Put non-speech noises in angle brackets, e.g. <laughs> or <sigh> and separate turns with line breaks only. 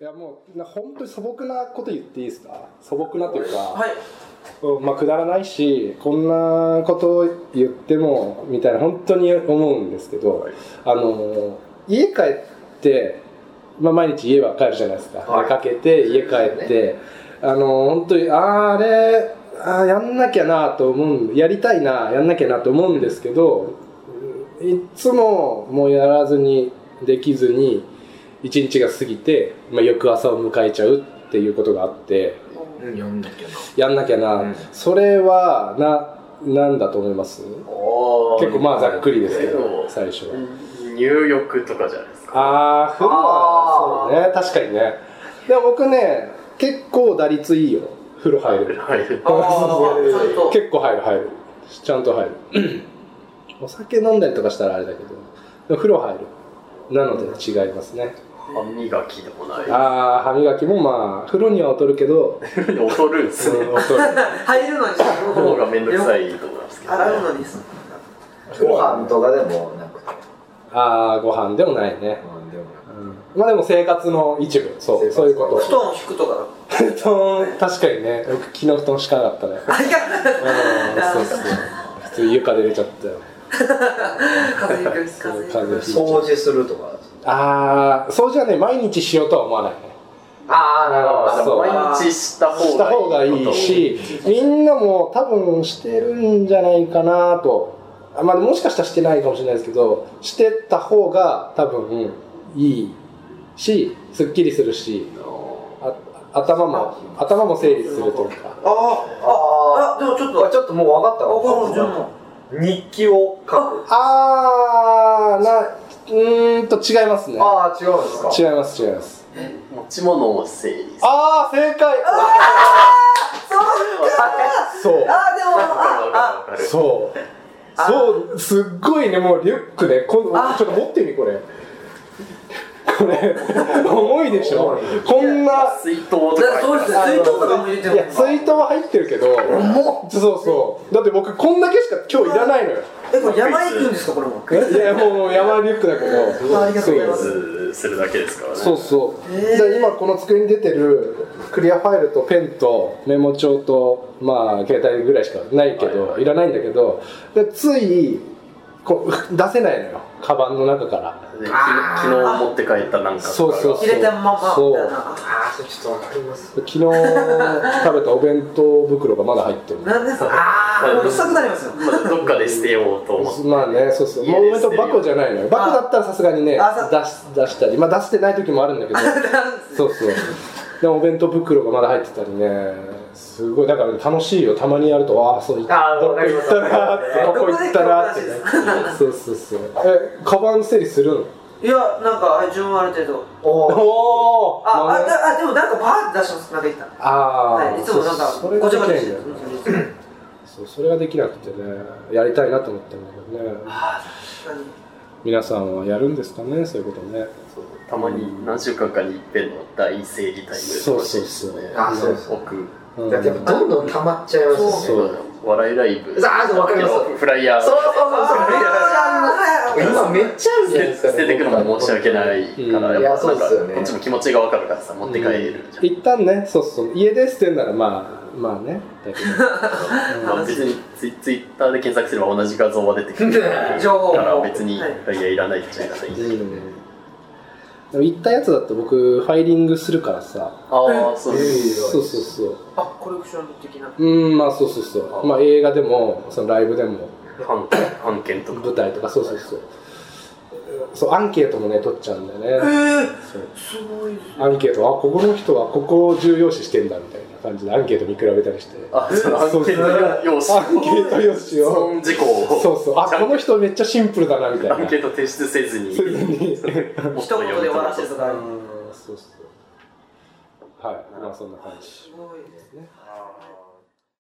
いやもうな本当に素朴なこと言っていいですか素朴なというか、
はい
うんまあ、くだらないしこんなこと言ってもみたいな本当に思うんですけど、
はい
あの家帰って、まあ、毎日家は帰るじゃないですか、
はい
出かけて家帰って、あの本当にあれあーやんなきゃなと思うんやりたいなやんなきゃなと思うんですけどうんいつももうやらずにできずに一日が過ぎて、まあ、翌朝を迎えちゃうっていうことがあって。
うん、やんなきゃな
やんなきゃな、
うん
それはななんだと思います結
結
構まあざっくりですけど
うん
最初は、
入浴とかじゃないですか
ああ風呂はそうね確かにねでも僕ね結構打率いいよ風呂入る
はい
あーちゃんと
結構入る入るちゃんと入る
<clears throat>
お酒飲んだりとかしたらあれだけどでも風呂入るなので違いますね、
歯磨きでもな
<laughs>
い
ああ歯磨きもまあ風呂には劣るけ
<laughs>
ど、
劣るんです
う
ね
ん、劣る
入るのにそ
の方が面倒くさ
い
いと思いますけどね
洗うのにそ
ご飯とかでもなくて、
ああご飯でもないね
うん、でもなく
まあでも生活の一部そう
生活
そういうこ
布
と
団を敷くとかだ
布団確かにね僕昨日布団敷かなかった <laughs> ね
あいかん
うんそうそう普通に床で寝ちゃったよそう風邪ひいち
風邪ひく風邪ひ
ゃ
掃
う
除するとか
ああ掃除はね毎日しようとは思わないね
ああなる
あー
そう
毎日した方がいい
した方がいいしみんなも多分してるんじゃないかなとあまあもしかしたらしてないかもしれないですけどしてった方が多分いいしすっきりするしあ頭も頭も整理するというか
くあ
あ
あでもちょっ
ーあ
と
ちょっともう分かった
わかるじゃん
ん日記を書く
あーなうーんと違いますね
ああ違うんですか
違います違います
持ち物を整理する
ああ正解
そうか
そう
あでも
わ
あ
かるわかるわかる
そうそうすっごいねもうリュックねこ
あ
んちょっと持ってみこれこれ重いでしょこんな
水筒と
あ
か
だからそうですね水筒とかも入れて
いや
るもん
水
な
筒は入ってるけどそうそうだって僕こんだけしか今日いらないのよ
えこれ山行くんですかこれも
いやもうもう山リュックだけど
あありがとうございます
そ
水するだけですからね
そうそう、
へー
で今この机に出てるクリアファイルとペンとメモ帳とまあ携帯ぐらいしかないけど、
はいいはい
らないんだけどでついこう <laughs> 出せないのよカバンの中から
でき昨日持って帰ったなんかと
そう
かが
そうそう
入れたままみたいな
ああそれちょっと分かります
昨日食べたお弁当袋がまだ入ってる
なんでそれああうるさくなります <laughs> よ
まあどっかで捨てようと思って
まあねそうそう
家
もうお
で
弁
捨
当
てるよ
箱じゃないのよ箱だったらさすがにね
あさ
出し出したりまあ出してない時もあるんだけどそうそうでもお弁当袋がまだ入ってたりねすごいだからね楽しいよたまにやるとああそういった
あー
どこ行ったなーって
わ
ど
か
こ
ります
行ったなーってねそうそうそうえカバン整理するの
<laughs> いやなんか自分はある程度
おー
おお
ああだあでもなんかバーって出しますなんか言った
あー
はいいつもなんか
そうそれ
ご
が
ち
でき
ゃごちゃ
ない
し
ん
て
だよ
る
ねそうそれができなくてねやりたいなと思ってるんだけどね皆さんはやるんですかねそういうことね
そうたまに何週間かに一遍の大整理タイムとか
そうそうそう
してね
あそうそう
奥
うん
だってやっぱどんどん溜まっちゃいますよね
そう笑いライブ
あーでもわかります
フライヤー
そうそうそうそう今めっちゃあるじゃないですか
捨ててくのも申し訳ないから、
うん
い
や
や
っぱな
そ
ん
う
か
ですよね
こっちも気持ちが分かるからさ持って帰れるじゃん、
一旦ねそうそう家で捨てるならまあまあねだけ
まあ、別にツイツイッターで検索すれば同じ画像は出てくる
<laughs>
から
情報も
別に、
はい
い、やいらないっちゃいらない、
ど、うん、でも行ったやつだって僕ファイリングするからさ
ああそうです、
そうそうそう
あコレクション的な
うんまあそうそうそうまあ映画でもそのライブでも
判判件
<laughs>
とか
舞台とかそうそうそうそうアンケートもね取っちゃうんだよね
ええ
そう
すごいです
アンケートはここの人はここを重要視してんだみたいな感じでアンケート見比べたりして
あその判件の
ア
用
ン
<laughs>
ケ
紙
ート用紙
質
を
問事項を
そうそうあこの人めっちゃシンプルだなみたいな
アンケート提出せずに、
<laughs>
もっ
一
と
言で
読
終
み
わ
取
らせるとかある
うんそうそうはいまあそんな感じ
すごいですね
あ